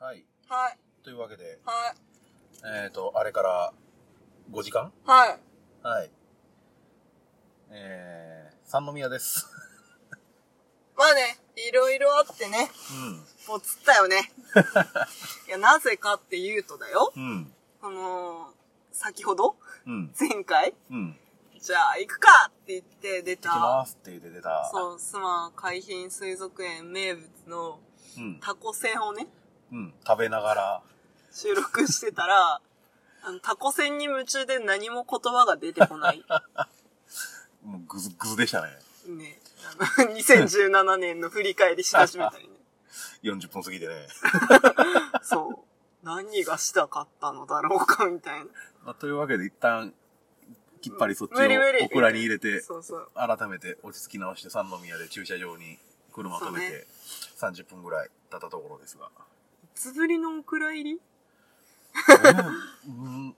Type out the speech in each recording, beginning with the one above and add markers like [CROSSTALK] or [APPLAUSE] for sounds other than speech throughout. はい。はい。というわけで、はい。えっ、と、あれから5時間はい。はい。えー、三宮です。まあね、いろいろあってね、もつったよね。いや、なぜかっていうとだよ。うん。うん。あのー、先ほど、うん。前回、うん。行きじゃあ行くかって言って出また、すって言って出た。そう、スマ海浜水族園名物のうん。タコ船をね、うん。食べながら。収録してたら、 [LAUGHS] あの、タコ船に夢中で何も言葉が出てこない。もうぐずぐずでしたね。ね。あの2017年の振り返りし始めたりね。 40分過ぎてね。そう。何がしたかったのだろうか、みたいな。まあ、というわけで一旦、きっぱりそっちを無理無理オクラに入れて、そうそう。改めて落ち着き直して三宮で駐車場に車を止めて、30分ぐらい経ったところですが。いつぶりのお蔵入りうん、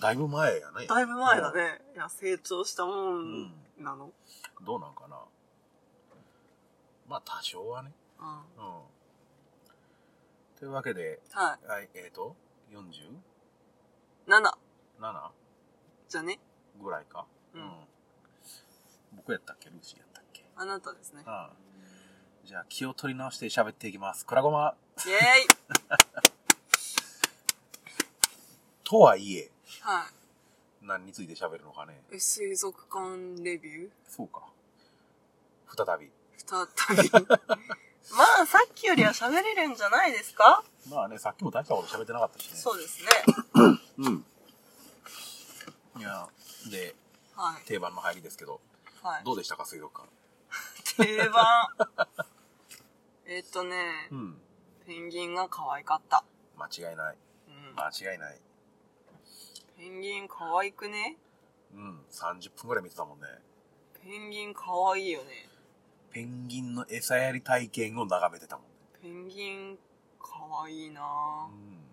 だいぶ前やね。だいぶ前だね。いや、成長したもうんん。なの。どうなんかな。まあ、多少はね。ううん。ん。というわけで、ははい、えーと、い。7 47? じゃね。ぐらいか。うん僕やったっけルーシーやったっけあなたですねう。ん。じゃあ、気を取り直して喋っていきます。クラゴマイェーイとはいえ、は何について喋るのかね。い。水族館レビューそうか。再び。再び。 [LAUGHS] まあ、さっきよりは喋れるんじゃないですかまあね、さっきも大したこと喋ってなかったしね。そうですね。うん。いや、で、はい。定番の入りですけど、はい。どうでしたか、水族館。定番。えっとね、うん。ペンギンが可愛かった。間違いない。うん。間違いない。ペンギン可愛くねうん。30分ぐらい見てたもんね。ペンギン可愛いよね。ペンギンの餌やり体験を眺めてたもんね。ペンギン可愛いなぁうん。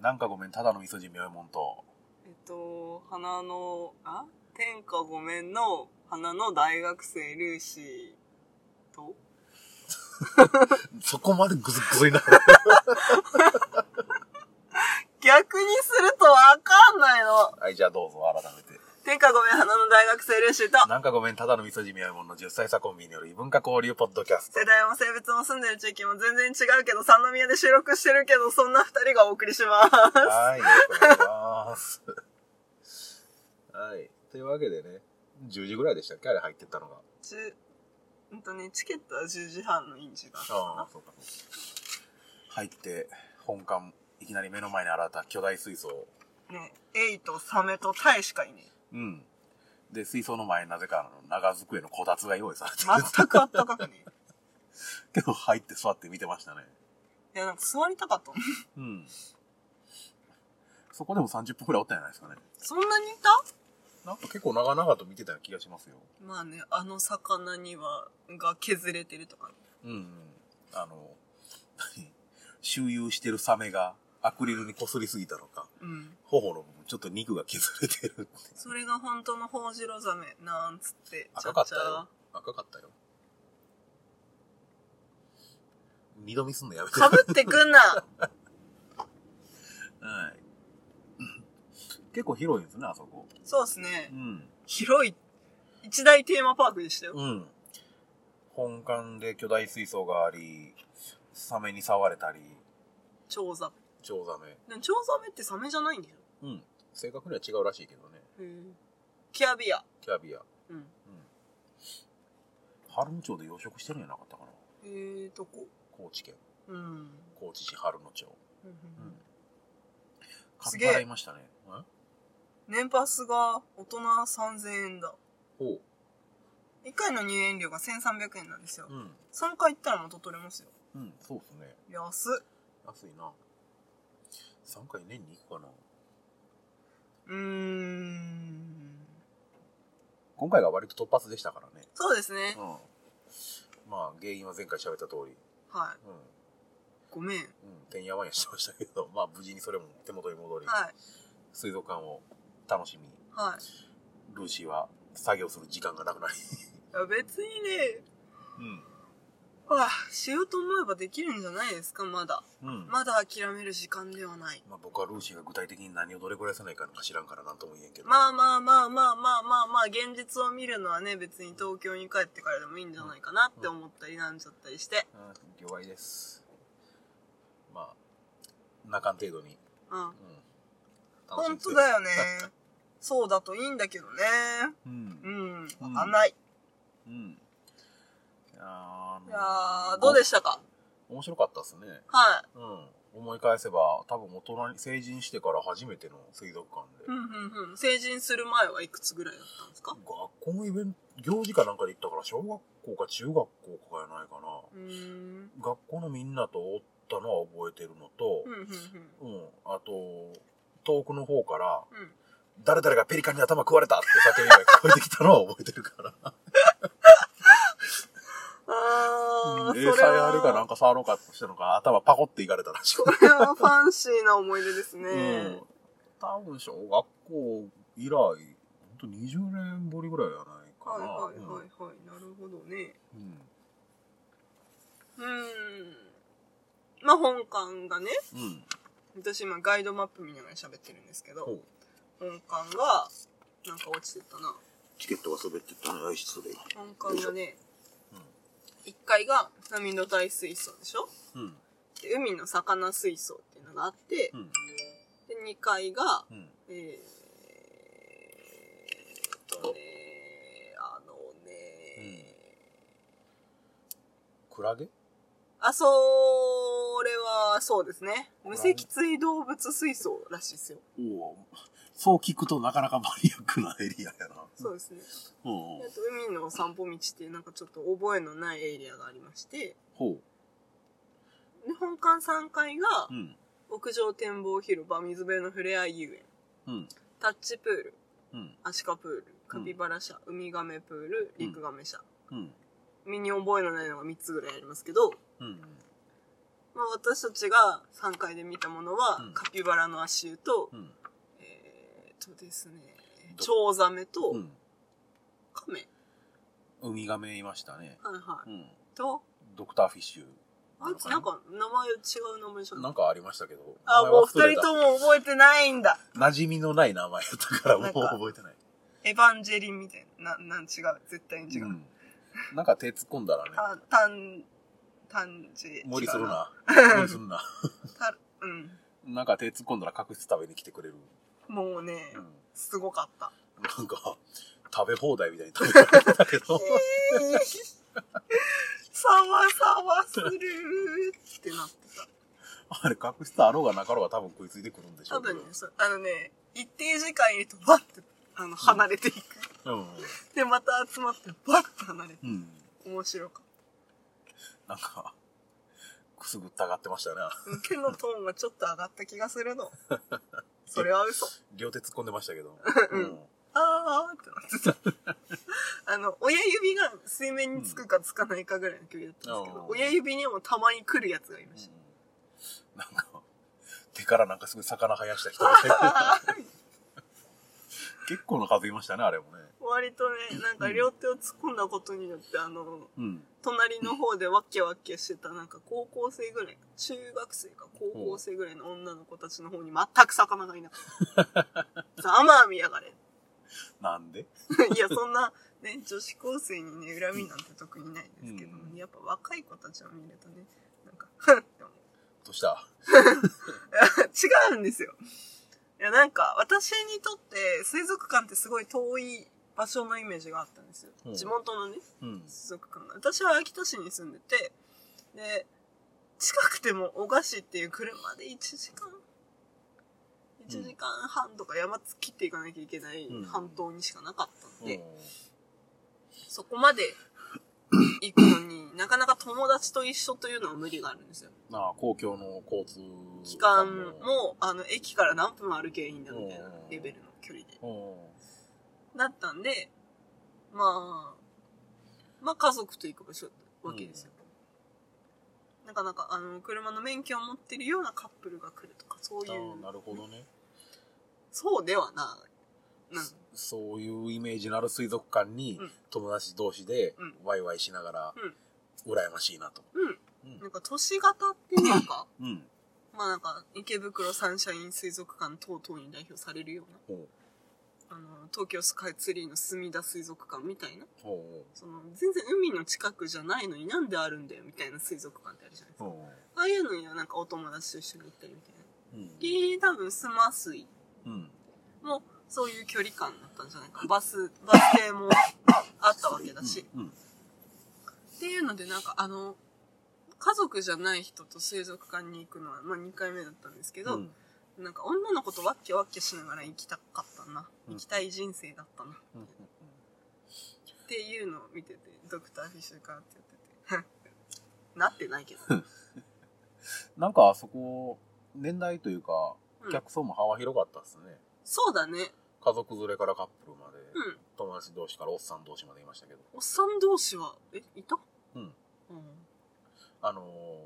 なんかごめん、ただの味噌汁妙もんと、えっと、花の、あ天下御免の花の大学生ルーシーと、そこまでグズグズになる。逆にするとわかんないの。 [LAUGHS] はい、じゃあどうぞ、改めて。天下御免花の大学生ルーシーと、なんかごめん、ただの味噌汁妙もんの10歳差コンビによる異文化交流ポッドキャスト。世代も性別も住んでる地域も全然違うけど、三宮で収録してるけど、そんな二人がお送りします。はい、よろしくお願いします。はい。というわけでね、10時ぐらいでしたっけあれ入ってったのが。ちゅうんとね、チケットは10時半のインチが。ああ、そうか、そうか。入って、本館、いきなり目の前に現れた巨大水槽。ね、エイとサメとタイしかいねえ。うん。で、水槽の前になぜかあの長机のこたつが用意されてるんです全くあったかくねえ。けど、入って座って見てましたね。いや、なんか座りたかったもん。うん。そこでも30分くらいおったんじゃないですかね。そんなにいたなんか結構長々と見てたような気がしますよ。まあね、あの魚には、が削れてるとか、ね。うんうん。あの、 [LAUGHS] 何周遊してるサメがアクリルに擦りすぎたのか、うん。頬の部分ちょっと肉が削れてるって。それが本当のホウジロザメ、なんつって。 [LAUGHS] 赤かったよ。赤かったよ。二度見すんのやめて。かぶってくんなはい。結構広いんですね、あそこ。そうですねう。ん。広い、一大テーマパークでしたよ。うん。本館で巨大水槽があり、サメに触れたり、チョウザメ。チョウザメ。でもチョウザメってサメじゃないんだよ。うん。正確には違うらしいけどね。へえキャビア。キャビア。うん。うん。春野町で養殖してるんじゃなかったかな。えー、どこ高知県。うん。高知市春野町。うん。カすピげえバラいましたね。うん年パスが大人3000円だ。ほう。 1回の入園料が1300円なんですよ。うん。 3回行ったら元取れますよ。うん、そうっすね。安っ。安いな。3回年に行くかな。うーん。今回が割と突発でしたからね。そうですねう。ん。まあ、原因は前回喋った通り。はい。うん。ごめん。うん、てんやわんやしてましたけど、 [LAUGHS] まあ無事にそれも手元に戻り、はい。水族館を楽しみに、はい。ルーシーは作業する時間がなくなり、いや別にね、うん。ほら、しようと思えばできるんじゃないですか、まだ。うん。ままだ諦める時間ではない。あ僕はルーシーが具体的に何をどれくらいせないかなんか知らんから何とも言えんけど。まあまあまあまあまあまあまあ、現実を見るのはね、別に東京に帰ってからでもいいんじゃないかなって思ったりなんちゃったりして。うん、弱いです。まあ、なかん程度に。うん。うん。本当よ。だよね。そうだといいんだけどね。う。うんん。わかんない。うん。いやーいやー、どうでしたか面白かったですね。はうん。思い返せば、多分大人に、成人してから初めての水族館でい。う。んうんうん。成人する前はいくつぐらいだったんですか学校のイベント、行事かなんかで行ったから、小学校か中学校かやないかな。うーん。学校のみんなとおったのは覚えてるのとうん、うんうん。うん、あと、遠くの方から、うん。誰々がペリカンに頭食われたって叫びが聞こえてきたのは覚えてるから。あー、英それ才 [LAUGHS] あるかなんは、か触ろうかとしたのか、頭パコっていかれたらしくこれはファンシーな思い出ですね。うん。多分小学校以来、ほんと20年ぶりぐらいじゃないはかな。いはいはいはい。なるほどね。うんうんうーん。まあ、本館がね、うん。私今ガイドマップ見ながら喋ってるんですけほど、う本館が、なんか落ちてったな。チケットが滑ってったね、外出で。本館がねうん、 1階が波の大水槽でしょうん。で海の魚水槽っていうのがあって、うん。で2階が、うん。えーっとね、あのね、クラゲあ、それはそうですね。無脊椎動物水槽らしいですよ。おおそう聞くとなかなかマニアックなエリアやな。そうですね。うんうんであと海のお散歩道っていうなんかちょっと覚えのないエリアがありまして、ほで本館3階がう。うん。屋上展望広場、水辺のふれあい遊園、うん。タッチプール、うん。アシカプール、カピバラ社、ウミガメプール、リクガメ社。うん。身に覚えのないのが3つぐらいありますけど、うん。まあ、私たちが3階で見たものは、うんカピバラの足湯と、うん。えー、っとですね、どチョウザメと、うん。カメ、ウミガメいましたね。はいはい、うん。と、ドクターフィッシュ。あいつなんか名前違う名前でしょなんかありましたけど。あ、もう名前忘れ二人たとも覚えてないんだ。馴染みのない名前だったからもなうんか覚えてない。エヴァンジェリンみたいな、な、なん違う。絶対に違う。ん。なんか手突っ込んだらね、た、たん、たんじ、無理する違う。な。無理するな。たうん。なんか手突っ込んだら確実食べに来てくれる。もうね、うん。すごかった。なんか、食べ放題みたいに食べられたけ [LAUGHS] ど。さわさわするーってなってた。あれ、隠したあろうがなかろうが多分食いついてくるんでしょ多うけ分どね、。そうあのね、一定時間いるとバッて、あの、離れていく。うん。で、また集まってバッて離れて。うん。面白かっなんか、くすぐったがってましたね。たうん。手のトーンがちょっと上がった気がする [LAUGHS] の。それは嘘。両手突っ込んでましたけど。うんうんあーってなって [LAUGHS] た。あの、親指が水面につくかつかないかぐらいの距離だったんですけうど、ん親指にもたまに来るやつがいました。なんか、手からなんかすごい魚生や [LAUGHS] した人みたいな結構な数いましたね、あれもね。割とね、なんか両手を突っ込んだことによって、あの、うん。隣の方でワッキャワッキャしてたなんか高校生ぐらい、中学生か高校生ぐらいの女の子たちの方に全く魚がい [LAUGHS] なかった。ざまあみやがれ。なんで [LAUGHS] いや、そんな、ね、女子高生にね、恨みなんて特にないですけど、うんやっぱ若い子たちを見るとね、なんか、ふんって思う。 [LAUGHS] どうした違うんですよ。いや、なんか、私にとって水族館ってすごい遠い場所のイメージがあったんですよ。うん地元のね、うん。水族館が。私は秋田市に住んでて、で、近くても小菓子っていう車で1時間、1時間半とか山突っ切っていかなきゃいけないうん半島にしかなかったんで、うんそこまで行くのになかなか友達と一緒というのは無理があるんですよ。なあ、公共の交通期間も、あの、駅から何分歩けばいいんだみたいなうんレベルの距離で。も。だったんで、まあ、まあ家族と行く場所だったわけですよ。なかなか、あの、車の免許を持ってるようなカップルが来るとか、そううん。いああ、なう、るほどね。そうではない。うん。そういうイメージのある水族館にうん友達同士でうんワイワイしながらうん羨ましいなと。うん。うんなんか都市型っていうか、 [LAUGHS] うん。まあなんか池袋サンシャイン水族館等々に代表されるような、ほう。あの、東京スカイツリーの隅田水族館みたいな、ほその、全然海の近くじゃないのになんであるんだよみたいな水族館ってあるじゃないでう。すか。ほああいうのにはなんかお友達と一緒に行ったりみたいな。う。うん。で、多分スマスイうん。もそういう距離感だったんじゃないかな。バス、バス停もあったわけだし。うん。っていうのでなんかあの家族じゃない人と水族館に行くのは、まあ、2回目だったんですけうど、ん。なんか女の子とワッキャワッキャしながら行きたかったな、うん行きたい人生だったなっうんていうのを見ててドクターフィッシュかってやって [LAUGHS] てなってないけど、なんかあそこ、年代というか、うん客層も幅広かったですね。そうだね家族連れからカップルまで、うん友達同士からおっさん同士までいましたけど。おっさん同士はえいたうん。うんあの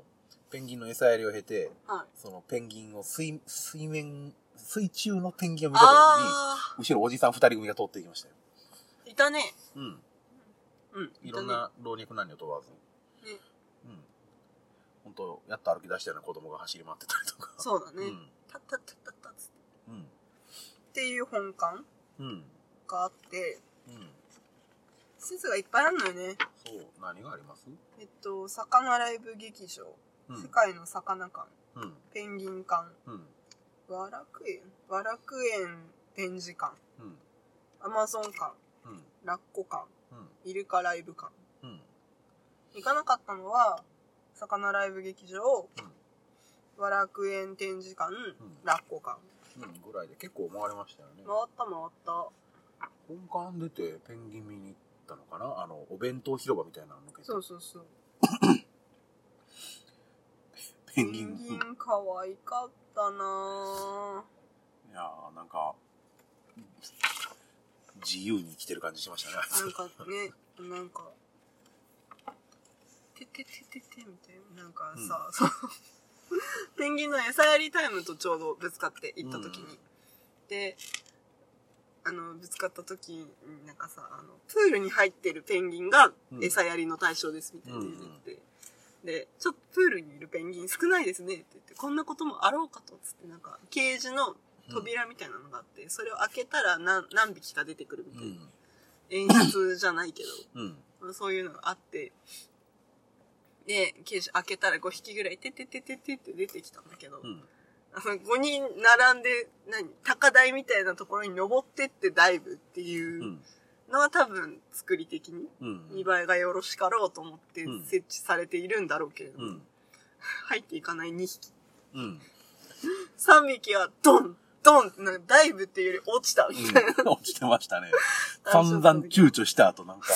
ーペンギンの餌やりを経て、はいそのペンギンを水、水面、水中のペンギンを見た時に、あ後ろおじさん二人組が通っていきましたよ。ーいたねうん。うんいろんな老若男女問わず。ねうん。本当やっと歩き出したような子供が走り回ってたりとか。そうだね、うん。たたたたたつってうん。っていう本館うん。があってうん。施設がいっぱいあるのよねそう。何がありますえっと、魚ライブ劇場、うん。世界の魚館、うん。ペンギン館、うん。和楽園、和楽園展示館、うん。アマゾン館、うん。ラッコ館、うん。イルカライブ館。うん。行かなかったのは、魚ライブ劇場、和楽園展示館、ラッコ館。うん。ぐらいで結構回りましたよね回。った回った。本館出てペンギン見に行ったのかなあの、お弁当広場みたいなの抜けて。そうそうそう。ペペンギン。ンギうんン可愛かったなぁ。いやーなんか、自由に生きてる感じしましたね。なんかね、なんか、てててててみたいな。なんかさ、そのペンギンの餌やりタイムとちょうどぶつかって行った時に。うんで、あの、ぶつかった時に、なんかさ、あの、プールに入ってるペンギンがうん餌やりの対象ですみたいな言ってて。で、ちょっとプールにいるペンギン少ないですねって言って、こんなこともあろうかと、つって、なんか、ケージの扉みたいなのがあって、それを開けたら何何匹か出てくるみうたいな。ん。演出じゃないけうん。ど、 [LAUGHS] そういうのがあって、で、ケージ開けたら5匹ぐらい、てててててって出てきたんだけど、うん。あの5人並んで、何、高台みたいなところに登ってってダイブってう。いうんのは多分作り的にうん。見栄えがよろしかろうと思ってうん設置されているんだろうけれども、うん。入っていかない2匹。うん。 3匹はドンドンってなんかダイブっていうより落ちたみたいな。落ちてましたね。散々躊躇した後なんか、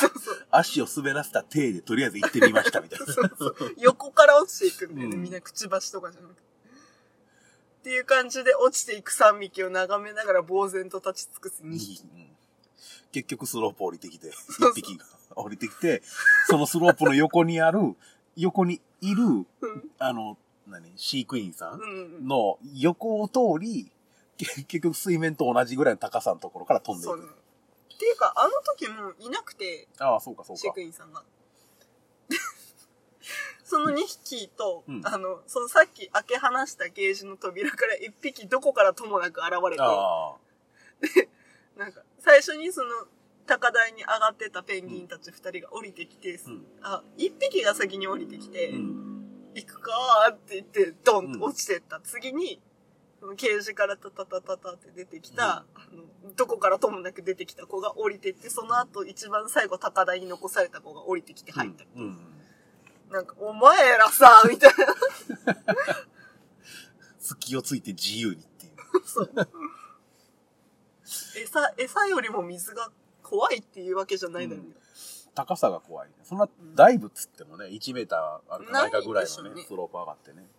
足を滑らせた手でとりあえず行ってみましたみたいな。そうそう。横から落ちていくんだよね。うんみんなくちばしとかじゃなくて。っていう感じで落ちていく3匹を眺めながら呆然と立ち尽くす2二匹。匹うん結局スロープ降りてきて、そう一匹が降りてきて、そのスロープの横に [LAUGHS] ある、横にいる、うんあの、何、飼育員さうんんの横を通り、け結局水面と同じぐらいの高さのところからう飛ん。んでいそうねく。。っていうか、あの時もういなくて、ああ、そうかそう飼か育。員さんが。 [LAUGHS] その2匹と、うんあの、そのさっき開け放したゲージの扉から1匹どこからともなく現れて、ああ、なんか、最初にその、高台に上がってたペンギンたち2人が降りてきて、うんあ、1匹が先に降りてきて、うん。行くかーって言って、ドンと落ちてった。次に、そのケージからタタタタタって出てきた、あのどこからともなく出てきた子が降りてって、その後一番最後高台に残された子が降りてきて入った。うん。うんなんか、お前らさ、みたいな。 [LAUGHS] 隙をついて自由にっていう。そう。餌、餌よりも水が怖いっていうわけじゃないのに。高さが怖い、ね。そんな、ダイブっつってもね、1メーターあるかないかぐらいのないでしょうね、ねスロープ上がってね。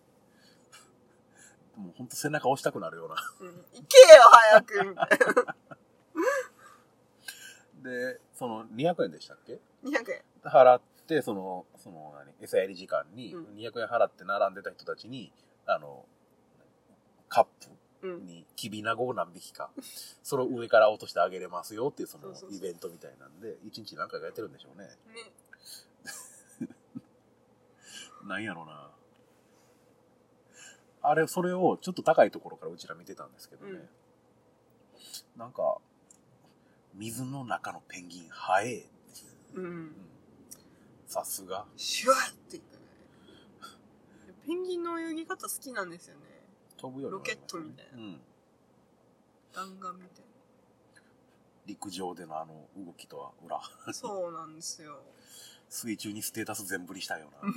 もうほんと背中押したくなるような。うん行けよ、早くみた [LAUGHS] いで、その200円でしたっけな。200円。払って、その、その何、餌やり時間にうん200円払って並んでた人たちに、あの、カッうプん。にきびなごを何匹か、それを上から落としてあげれますよっていうそそうのそうそうイベントみたいなんで、1日何回かやってるんでしょうね。ね。なんやろな。あれ、それをちょっと高いところからうちら見てたんですけどね。なんか、水の中のペンギン、早え。ううんん。さすが。シュワッていくねペンギンの泳ぎ方好きなんですよね飛ぶよりもロケットみたいなうん。弾丸みたい陸上でのあの動きとは裏。 [LAUGHS] なそうなんですよ水中にステータス全振りしたような。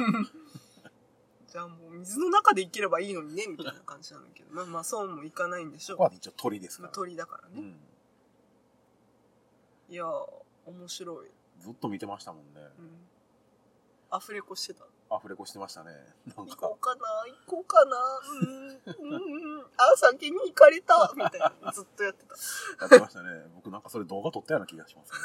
じゃあもう水の中で生きればいいのにねみたいな感じなんだけどまあまあそうもいかないんでしょそうこは一応鳥ですから。鳥だからうね、ん。いやー面白い、ずっと見てましたもんね。うん、アフレコしてたアフレコしてましたね。なん行かこ、うかな行こうかなうんうんうんあ先に行かれたみたいなずっとやってたやってましたね。僕なんかそれ動画撮ったような気がしますね。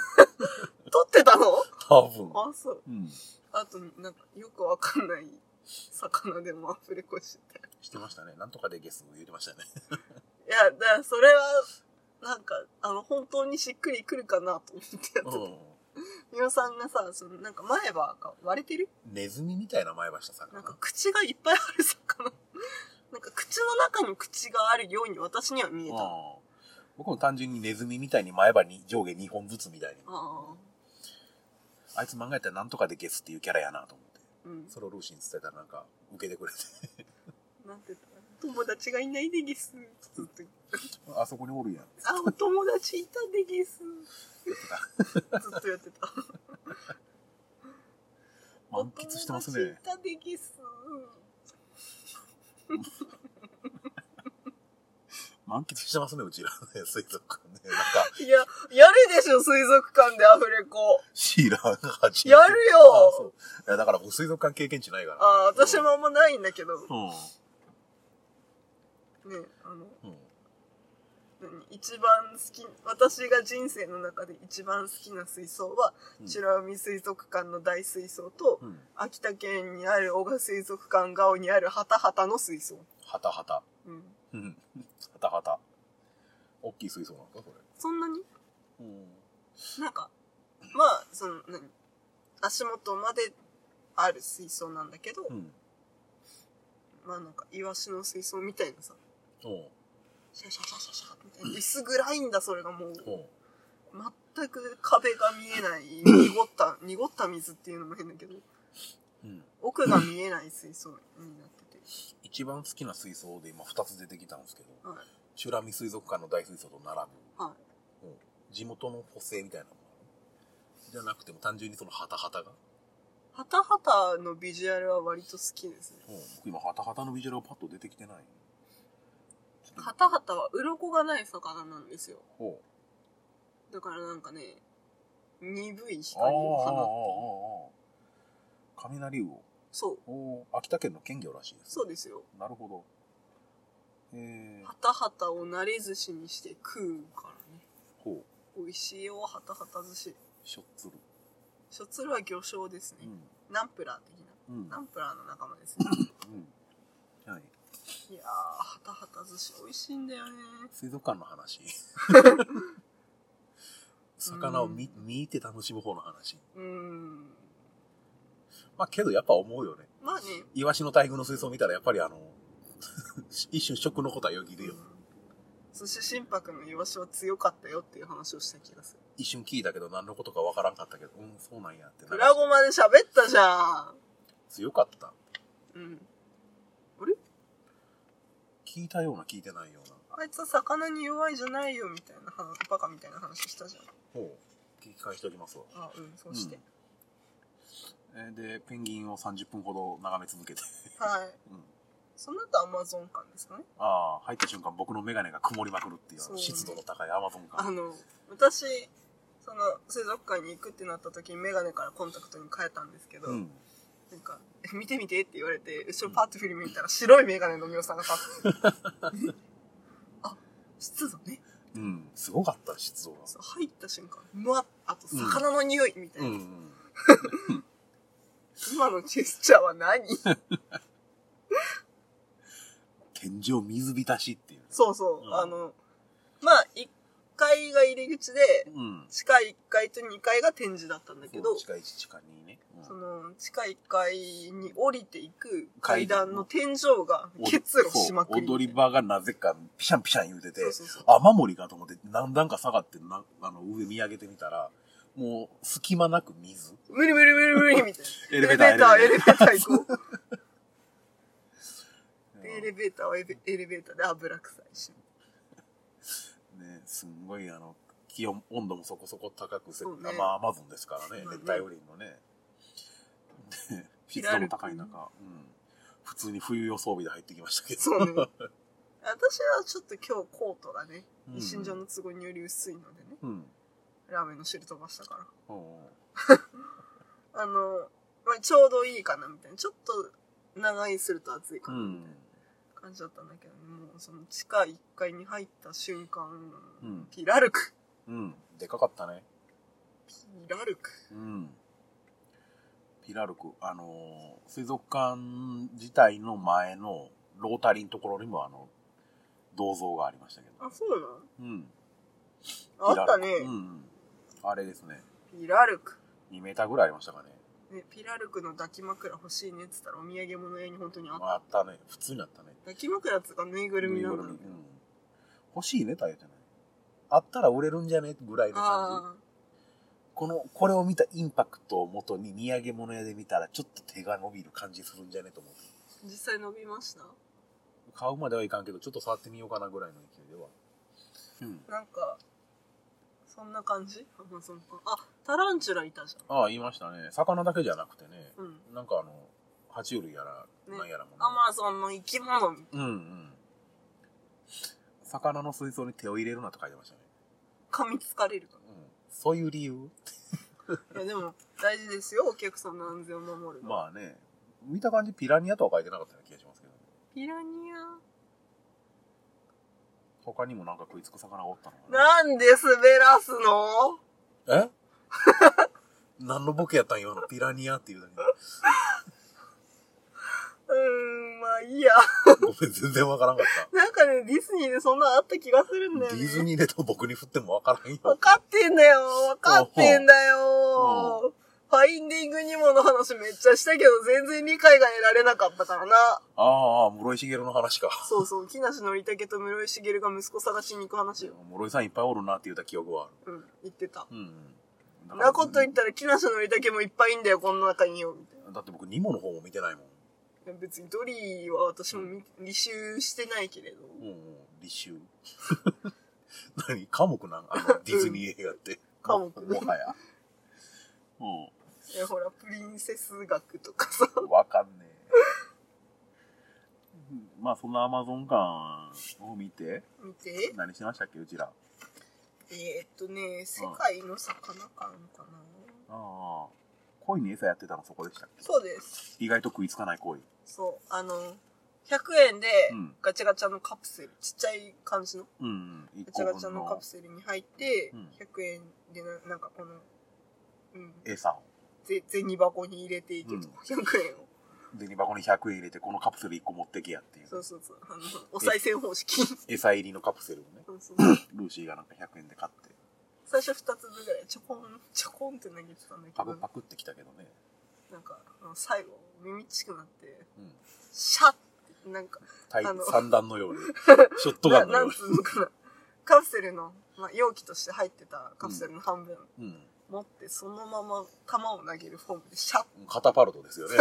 撮ってたの多分。あそううん。あとなんかよくわかんない魚でもアフレコしてたしてましたね。なんとかでゲス言ってましたね。いや、だからそれは、なんか、あの、本当にしっくりくるかなと思ってやってて。みおさんがさ、その、なんか前歯が割れてるネズミみたいな前歯した魚なんか口がいっぱいある魚。なんか口の中に口があるように私には見えた。あうん僕も単純にネズミみたいに前歯に上下2本ずつみたいに。あ。あいつ漫画やったらなんとかでゲスっていうキャラやなと思って。うん。それをルーシーに伝えたらなんか、受けてくれて。なんて言ったかな友達がいないでゲス。ずっとあそこにおるやん。あ、お友達いたでゲス。ずっとやってた。満喫してますお友ね達。いたでゲス。満喫してますね、うちらね。水族 [LAUGHS] 館ね。なんか、いや、やるでしょ、水族館でアフレコ。シーラーが初めやるあよそういやだから僕水族館経験値ないから。ああ、私もあんまないんだけど、ね、うん。あの、うん。うん。何一番好き、私が人生の中で一番好きな水槽は、うん白海水族館の大水槽と、うん。秋田県にある小賀水族館顔にあるハタハタの水槽。はたはた。うん。うん。はたはた。大きい水槽なんか、こそんなにれ。うん。なんか、まあ、その、何足元まである水槽なんだけど、うん。まあなんか、イワシの水槽みたいなさ、おうシャシャシャシャシャみたいな。薄暗いんだ、それがもう。おう全く壁が見えない濁った濁った水っていうのも変だけどうん。奥が見えない水槽になってて、一番好きな水槽で今2つ出てきたんですけど、はいチュラミ水族館の大水槽と並ぶ、はうん地元の補正みたいなのもあるじゃなくても単純にそのハタハタが、ハタハタのビジュアルは割と好きですねうん僕今ハタハタのビジュアルがパッと出てきてないちょっとハタハタは鱗がない魚なんですよほうだからなんかね鈍いあああああ光をあ放ああ雷魚つそうおー秋田県の県魚らしいですそうですよなるほどえーハ、タハタを慣れ寿司にして食うからねほう美味しいよハタハタ寿司しょっつるしょつるは魚醤ですね、うナンプラー的なんうんナンプラーの仲間ですねうんはいいやーハタハタ寿司美味しいんだよね水族館の [LAUGHS] 話魚を見見入って楽しむ方の話うーんまあけどやっぱ思うよねまあね、イワシの大群の水槽見たらやっぱりあの [LAUGHS] 一瞬食のことはよぎるよ寿司心拍のイワシは強かったよっていう話をした気がする。一瞬聞いたけど何のことかわからんかったけどうんそうなんやってなプラゴマで喋ったじゃ強かったん。うん。あれ聞いたような聞いてないようなあいつは魚に弱いじゃないよみたいな話、バカみたいな話したじゃん。ほう聞き返しておきますわあ、うん、そうして。えーでペンギンを30分ほど眺め続けて、はい。うん、その後アマゾン館ですかね。ああ入った瞬間僕の眼鏡が曇りまくるっていうあのそう湿度の高いアマゾンあ感の、私、その水族館に行くってなった時にメガネからコンタクトに変えたんですけど、うんなんか、え見て見てって言われて、後ろパッと振り向いたら白いメガネのみおさんが立ってて [LAUGHS] あ、湿度ね。うんすごかった湿度がそう入った瞬間、うわっあと魚の匂いみたいな。うん今のジェスチャーは [LAUGHS] 何天井水浸しっていうそうそう、うんあの、まあ、一階が入り口で、うん。地下1階と2階が展示だったんだけど、地下1、地下2ね。うんその、地下1階に降りていく階段の天井が結露しまくり。そう踊り場がなぜかピシャンピシャン言うててそう、そうそう。雨漏りかと思って何段か下がってなあの上見上げてみたら、もう隙間なく水。無理無理無理無理みたい [LAUGHS] な。エレベーターエレベーター、エレベーター行こう。 [LAUGHS] うんエレベーターはエレエレベーターで油臭いし。ね、すんごいあの気温温度もそこそこ高くせ、そうねまあアマゾンですからねそうね熱帯雨林のねで湿 [LAUGHS] 度も高い中、うん、普通に冬予想備で入ってきましたけど [LAUGHS] そうね。私はちょっと今日コートがね、うん一身上の都合により薄いのでね、うんラーメンの汁飛ばしたから。うんうんあの、まあ、ちょうどいいかなみたいな。ちょっと長居すると暑いかうなみんたいな感じだったんだけど、もうその地下1階に入った瞬間、うんピラルク。うんでかかったねピラルク。うんピラルクあのー水族館自体の前のロータリーのところにもあの銅像がありましたけどあ、そうなのうんああったね。ピラルクうんうんあれですねピラルク。 2メーターぐらいありましたかねね、ピラルクの抱き枕欲しいねっつったらお土産物屋に本当にあった。あったね。普通になったね。抱き枕っつうかぬいぐるみなんだぬいぐけどるみうん欲しいネタ言うてない。あったら売れるんじゃねぐらいの感じ。あこの、これを見たインパクトをもとに、土産物屋で見たらちょっと手が伸びる感じするんじゃねと思って。あ、実際伸びました買うまではいかんけど、ちょっと触ってみようかなぐらいの勢いでは。うん。なんか、そんな感じアマゾンか。あ、タランチュラいたじああ、言いましたね。魚だけじゃなくてね。ゃん。うん。なんかあの、爬虫類やら、ねなんやらもね。アマゾンの生き物みたいうんうん。魚の水槽に手を入れるなと書いてましたね。噛みつかれるかうん。そういう理由ら。いやでも、大事ですよ、お客さんの安全を守るの。まあね、見た感じピラニアとは書いてなかったような気がしますけど、ね、ピラニア。他にもなんか食いつく魚がおったのかなんで滑らすのな。え [LAUGHS] 何のボケやったん今のピラニアっていうだけで。うーん、まあいいや。ごめん、全然わからんかっなんかね、ディズニーでそんなのあった気がするんだよた。ね。ディズニーネタ僕に振ってもわからんよ。分かってんだよ分かってんだよファインディングニモの話めっちゃしたけど、全然理解が得られなかったからな。ああ、室井茂の話 [LAUGHS] か。そうそう、木梨憲武と室井茂が息子探しに行く話よ。室井さんいっぱいおるなって言った記憶はあうん、言ってた。る。うんうん。だからなこと言ったら木梨憲武もいっぱいいんだよ、この中によ、みたいだって僕、ニモの方も見てないもん。な。別にドリーは私も見履修してないけれど。うんうん、履修。 [LAUGHS] 何科目なんあの、ディズニー映画って。科目ももはや。 [LAUGHS] うん。え、ほら、プリンセス学とかさ。 [LAUGHS] わかんねえ。まあ、そんなアマゾン感を見て、見て。何してましたっけ、うちら。あえーっとね、世界の魚館かな。あ。恋に餌やってたのそこでしたっそうです。け意外と食いつかない恋。そう、あの、100円でうんガチャガチャのカプセル、ちっちゃい感じのうん、うん。一個ガチャガチャ分のカのプセルに入ってうん、 100円でななんかこの、うん、餌を。ぜ銭箱に入れていけと、100円を。銭箱に100円入れて、このカプセル1個持ってけやっていう。そうそうそう、あの、お賽銭方式。そう餌入りのカプセルをね、そうそうルーシーがなんか100円で買って、最初2つぐらい、ちょこん、ちょこんって投げてたんだけパクパど、クってきたけどね。なんか、あの最後、耳ちくなって、うん。シャッって、なんか、対あの三段のよう [LAUGHS] に。ショットガなンのなよんつうのかな、カプセルの、まあ、容器として入ってたカプセルの半分。うに。うん。持ってそのまま球を投げるフォームでシャッカタパルトです [LAUGHS] よね。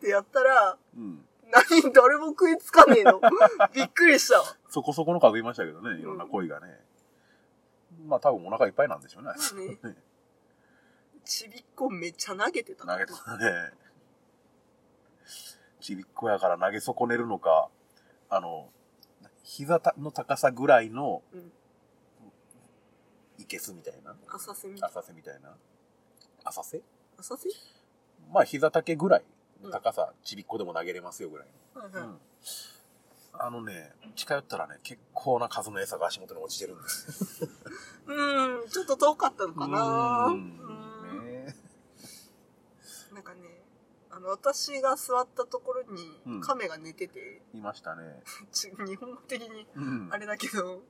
てやったら、うん。何、誰も食いつかね [LAUGHS] えの。びっくりしたわ。そこそこの数いましたけどね、いろんな恋がね。まあ多分お腹いっぱいなんでしょうね。ねねちびっこめっちゃ投げてた。投げてたね。ちびっこやから投げ損ねるのか、あの、膝の高さぐらいのうん、いけすみたいな。浅瀬みたい。浅瀬みたいな。浅瀬浅瀬まあ膝丈ぐらいうん高さ、ちびっこでも投げれますよぐらいはいの。はい。あのね、近寄ったらね、結構な数の餌が足元に落ちてるんですよ。うーん、ちょっと遠かったのかなうーうーんん。ねえなんかね、あの、私が座ったところにうん亀が寝てて、 [LAUGHS] いましたね。ち日本語的にうんあれだけど、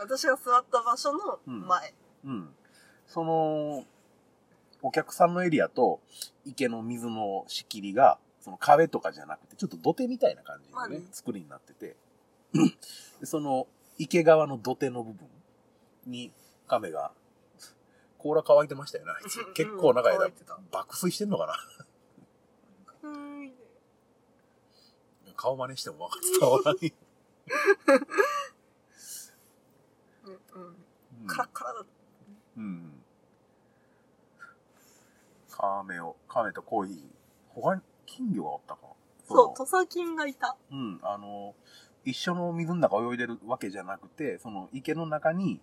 私が座った場所の前。うん。その、お客さんのエリアと池の水の仕切りが、その壁とかじゃなくて、ちょっと土手みたいな感じまのあねね、作りになってて、 [CLEARS THROAT] でその池側の土手の部分に亀が、甲羅乾いてましたよね、あいつう [LAUGHS] ん。結構長い乾間いてた、爆睡してんのかなうん。顔真似しても分かったわ [LAUGHS] ない。うん。うんカラッカラだっうん。亀を、亀とコイ、他に金魚がおったか。た。そう、土佐菌がいた。うん、あの、一緒の水の中泳いでるわけじゃなくて、その池の中に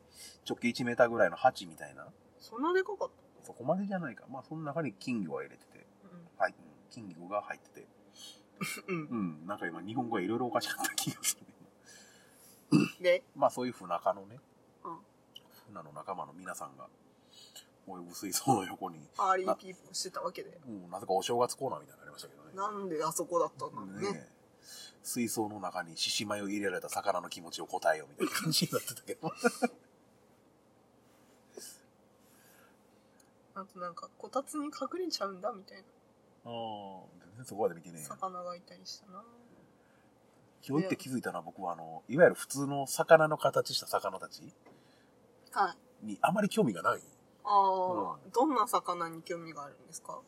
直径1メーターぐらいの鉢みたいな、そんなでかかっそこまでじゃないか。まあ、その中に金魚が入れてて、た。はい、うん金魚が入ってて。うんう。ん、なんか今日本語がいろいろおかしかった気がする。 [LAUGHS] で、まあ、そういう船中のね、うん船の仲間の皆さんが、泳ぐ水槽の横に、パーリーピーポーしてたわけで。うん、なぜかお正月コーナーみたいになのありましたけどね。なんであそこだったんだろうね。ねえ水槽の中に獅子舞を入れられた魚の気持ちを答えようみたいな感じになってたけど。あとなんか、こたつに隠れちゃうんだみたいなああ、全然そこまで見てねえよ。魚がいたりしたな。今日行って気づいたのは僕はあの、いわゆる普通の魚の形した魚たちはい。にあまり興味がない。ああ、どんな魚に興味があるんですか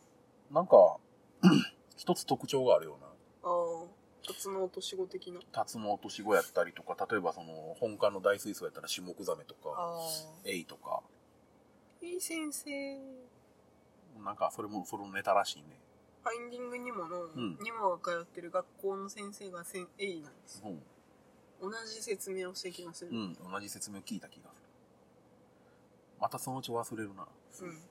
なんか、 [CLEARS THROAT] 一つ特徴があるようああ、タツノオトシゴ的な。な。タツノオトシゴやったりとか、例えばその、本館の大水槽やったらシュモクザメとか、ああ。エイとか、いい先生。なんかそれも、それのネタらしいね。ファインディングニモの、んニモが通ってる学校の先生がせんエイなんです。うん。同じ説明をしてきまする。う。ん、同じ説明を聞いた気がする。またそのうち忘れるな。うん。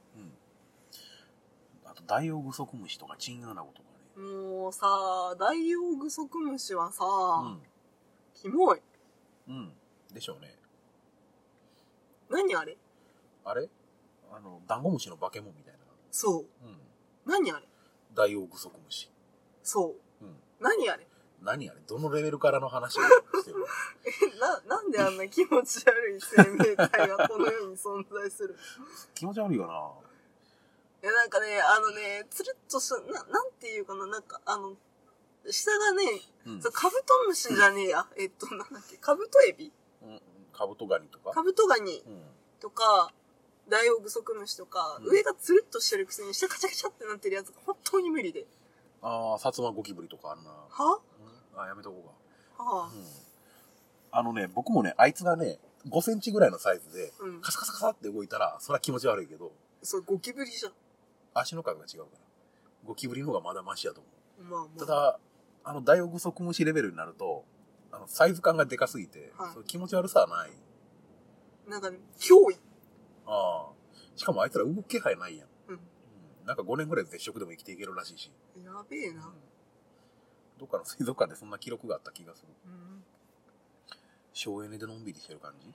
あと、ダイオウグソクムシとか、チンアナゴとかね。うん、もうさ、ダイオウグソクムシはさ、うん。キモい。うん。でしょうね。何あれあれあの、ダンゴムシの化け物みたいそう。な。うん。何あれダイオウグソクムシ。そう。うん。何あれ [LAUGHS] 何あれどのレベルからの話をしてるのな、なんであんな気持ち悪い生命体がこの世に存在する [LAUGHS] 気持ち悪いよな。いや、なんかね、あのね、つるっとした、な、なんていうかな、なんか、あの、下がね、うんそうカブトムシじゃねえや。えっと、なんだっけ、カブトエビうん。カブトガニとかカ。ブトガニうん。とか、ダイオウグソクムシとか、うん上がつるっとしてるくせに下カチャカチャってなってるやつが本当に無理で。ああ、薩摩ゴキブリとかあんな。はうんあやめとこうはあか。う、ん。あのね、僕もね、あいつがね、5センチぐらいのサイズで、うんカ。サカサカサって動いたら、それは気持ち悪いけど、それゴキブリじゃん。足の角が違うから。ゴキブリの方がまだマシやと思う。まあまあ。ただ、あの、ダイオウグソクムシレベルになると、あの、サイズ感がでかすぎて、はいそれ気持ち悪さはない。なんかね、脅威。ああ。しかもあいつら動く気配ないやん。うん。うんなんか5年ぐらい絶食でも生きていけるらしいし。やべえうんな。どっかの水族館でそんな記録があった気がする。うん。省エネでのんびりしてる感じい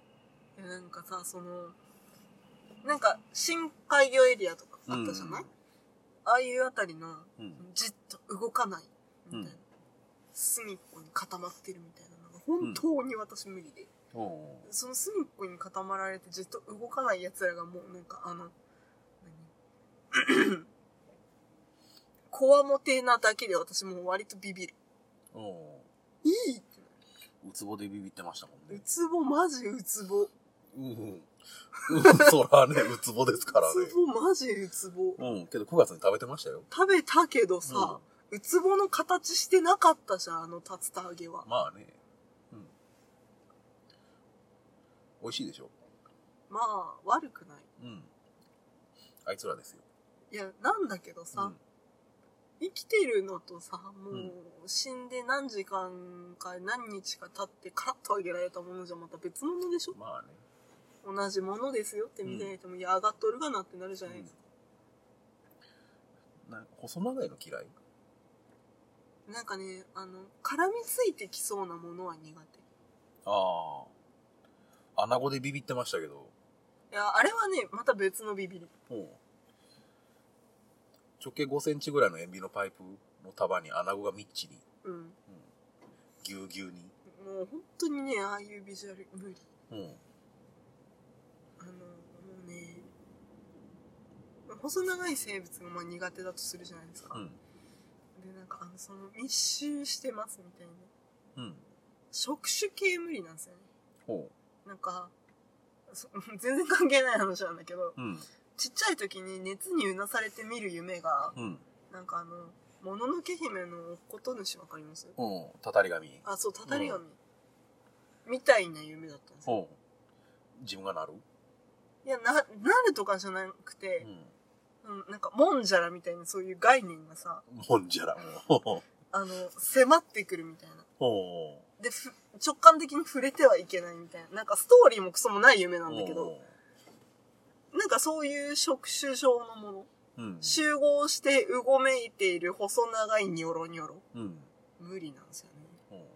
や、なんかさ、その、なんか、深海魚エリアとかあったじゃない、ああいうあたりの、うん。うんじっと動かないみたいな、うん隅っこに固まってるみたいなのが本当に私無理で、おうその隅っこに固まられてじっと動かないやつらがもうなんかあの何 [COUGHS] こわもてなだけで私もう割とビビるお。いいううつぼでビビってましたもんうね。つぼマジうつぼううんうん。うん [LAUGHS] そらね、うつぼですからねつ。ぼマジうつぼうん。けど9月に食べてましたよ。食べたけどさ、うつぼの形してなかったじゃんあの竜田揚げはまあね。うん。美味しいでしょ。まあ悪くないうん。あいつらですよ。いやなんだけどさ、うん。生きてるのとさもうんう死んで何時間か何日か経ってカッとあげられたものじゃまた別物でしょまあね。同じものですよって見てないとも、いや上がっとるがなってなるじゃないですか、な細長いの嫌いなんかねあの絡みついてきそうなものは苦手ああ。穴子でビビってましたけど。いやあれはねまた別のビビりほう。直径5センチぐらいの塩ビのパイプの束に穴子がみっちり、うんぎゅうぎゅうに。もう本当にねああいうビジュアル無理うん。細長い生物がまあ苦手だとするじゃないですか、うん。でなんかあのその密集してますみたいなうん。触手系無理なんですよねほなんかそ [LAUGHS] 全然関係ない話なんだけどう。うん。ちっちゃい時に熱にうなされて見る夢がうん。なんかあの「もののけ姫のおっこと主」わかりますうん。たたり神。あそうたたり神、みたいな夢だったんですよほう。自分がなるいやななるとかじゃなくて、ううん、なんかもんじゃらみたいなそういう概念がさん。もんじゃら。ほう。あの迫ってくるみたいなほでふ直感的に触れてはいけないみたいななんかストーリーもクソもない夢う。なんだけどなんかそういう触手状のものうん。集合してうごめいている細長いニョロニョロうん。無理なんですよねうん。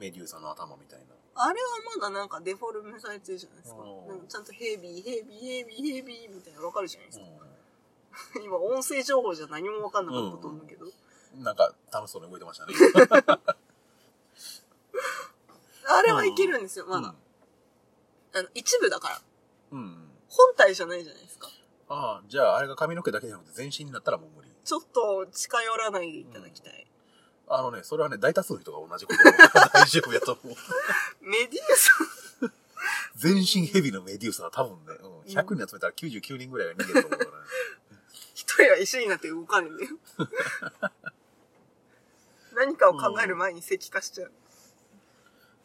メデューサの頭みたいな。あれはまだなんかデフォルメされてるじゃないですかうんなんかちゃんとヘビーヘビーヘビーヘビーみたいなのわかるじゃないですかう今音声情報じゃ何もわかんなかったと思うけど、ん。なんか楽しそうに動いてましたね。あれはいけるんですよまだ、あの一部だからうん。うん。本体じゃないじゃないですかああ、じゃああれが髪の毛だけじゃなくて全身になったらもう無理。ちょっと近寄らないでいただきたい、あのね、それはね、大多数の人が同じことが [LAUGHS] 大丈夫やと思う。メデューサ全身ヘビのメデューサは多分ね、うん、100人集めたら99人ぐらいが逃げると思うからね。 [LAUGHS] 一人は石になって動かねえんだよ何かを考える前に石化しちゃう、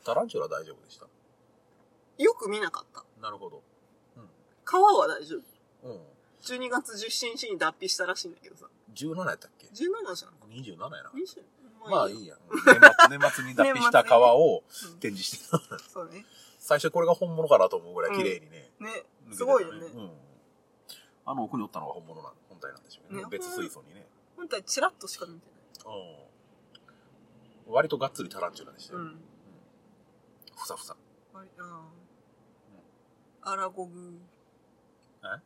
タランチュラ大丈夫でした。よく見なかったなるほど。皮は大丈夫うん。うん。 12月17日に脱皮したらしいんだけどさ17やったっけ17じゃん ?27 やな。 20まあいよいや。うん年末年末に脱皮した皮をうん展示してた。そうね最初これが本物かなと思うぐらい綺麗にね。ね抜けてたねすごいよね、うん。あの奥におったのが本物なん、本体なんでしょうね。ね別水槽にね。本体チラッとしか見てうん。割とがっつりタランチュラでしたなよ。い、ううんんふさふさ。割りあーアラゴグえ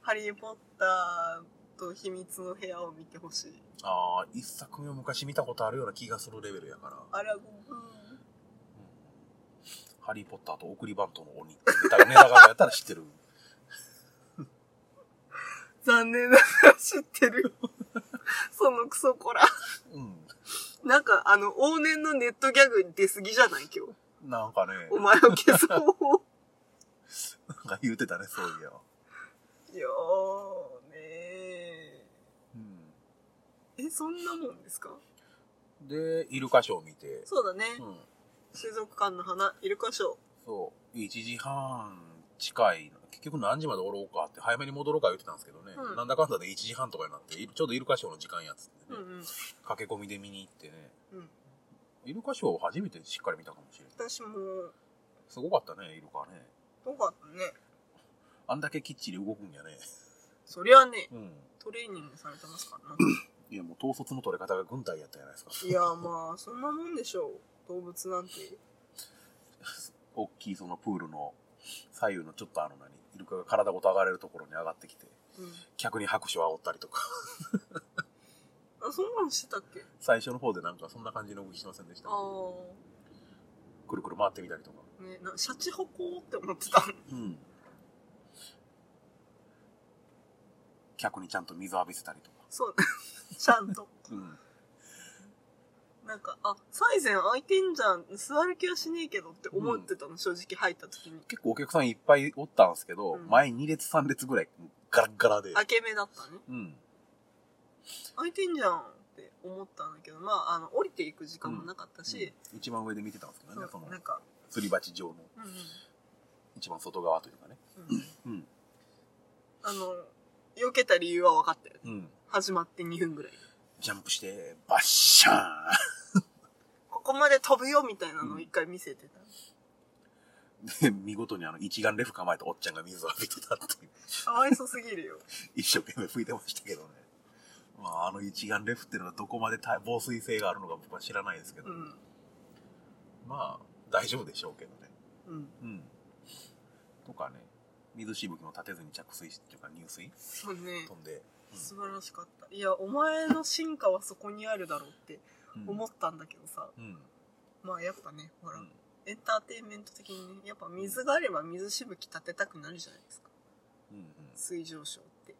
ハリー・ポッターと秘密の部屋を見てほしいああ、一作目を昔見たことあるような気がするレベルやから。アラゴグハリー・ポッターと送りバントの鬼ってネタネタがやったら知ってる。残念ながら知ってるそのクソコラうん。なんかあの往年のネットギャグ出すぎじゃない今日なんかね、お前を消そうなんか言うてたね、そういや。いやーねうーえそんなもんですかん。で、イルカショー見て、そうだね、うん。水族館の花イルカショーそう、1時半近い、結局何時までおろうかって、早めに戻ろうか言ってたんですけどね、うんなんだかんだで1時半とかになって、いちょうどイルカショーの時間やっつってうね、んうん駆け込みで見に行ってね、うんイルカショーを初めてしっかり見たかもしれない。私もすごかったね、イルカね。よかったねあんだけきっちり動くんやね。そりゃねうん。トレーニングされてますからないや、もう統率の取れ方が軍隊やったじゃないですか。いやまあそんなもんでしょう動物なんて大きいそのプールの左右のちょっとあの何、イルカが体ごと上がれるところに上がってきて、うん客に拍手を煽ったりとか、あそんなんしてたっけ最初の方でなんかそんな感じの動きしませんでしたあ。あくるくる回ってみたりとか。ねなシャチホコって思ってたうん。客にちゃんと水を浴びせたりとか。そう [LAUGHS] ちゃんとうん。なんかあサイゼン開いてんじゃん座る気はしねえけどって思ってたの、正直入った時に結構お客さんいっぱいおったんですけど、うん前2列3列ぐらいガラッガラで。開け目だったねうん。開いてんじゃんって思ったんだけどまああの降りていく時間もなかったし、うん一番上で見てたんですけどね、そそうのなんかすり鉢状のうんうん一番外側というかね。うんうん。あの、避けた理由は分かったよね。うん。始まって2分ぐらい。ジャンプして、バッシャーンここまで飛ぶよみたいなのを一回見せてた。で、 [LAUGHS] 見事にあの、一眼レフ構えたおっちゃんが水を浴びてたっていう、かわいそすぎ [LAUGHS] るよ。一生懸命吹いてましたけどね。まあ、あの一眼レフっていうのはどこまで耐防水性があるのか僕は知らないですけど、うん。まあ、大丈夫でしょうけどね。うん。うん。とかね、水しぶきも立てずに着水っていうか入水そうね。飛んで、素晴らしかった。いや、お前の進化はそこにあるだろうってうん。思ったんだけどさ。うん。うん。まあやっぱね、ほら、うんエンターテインメント的にね、やっぱ水があれば水しぶき立てたくなるじゃないですか。うん。うん水上ショーって。い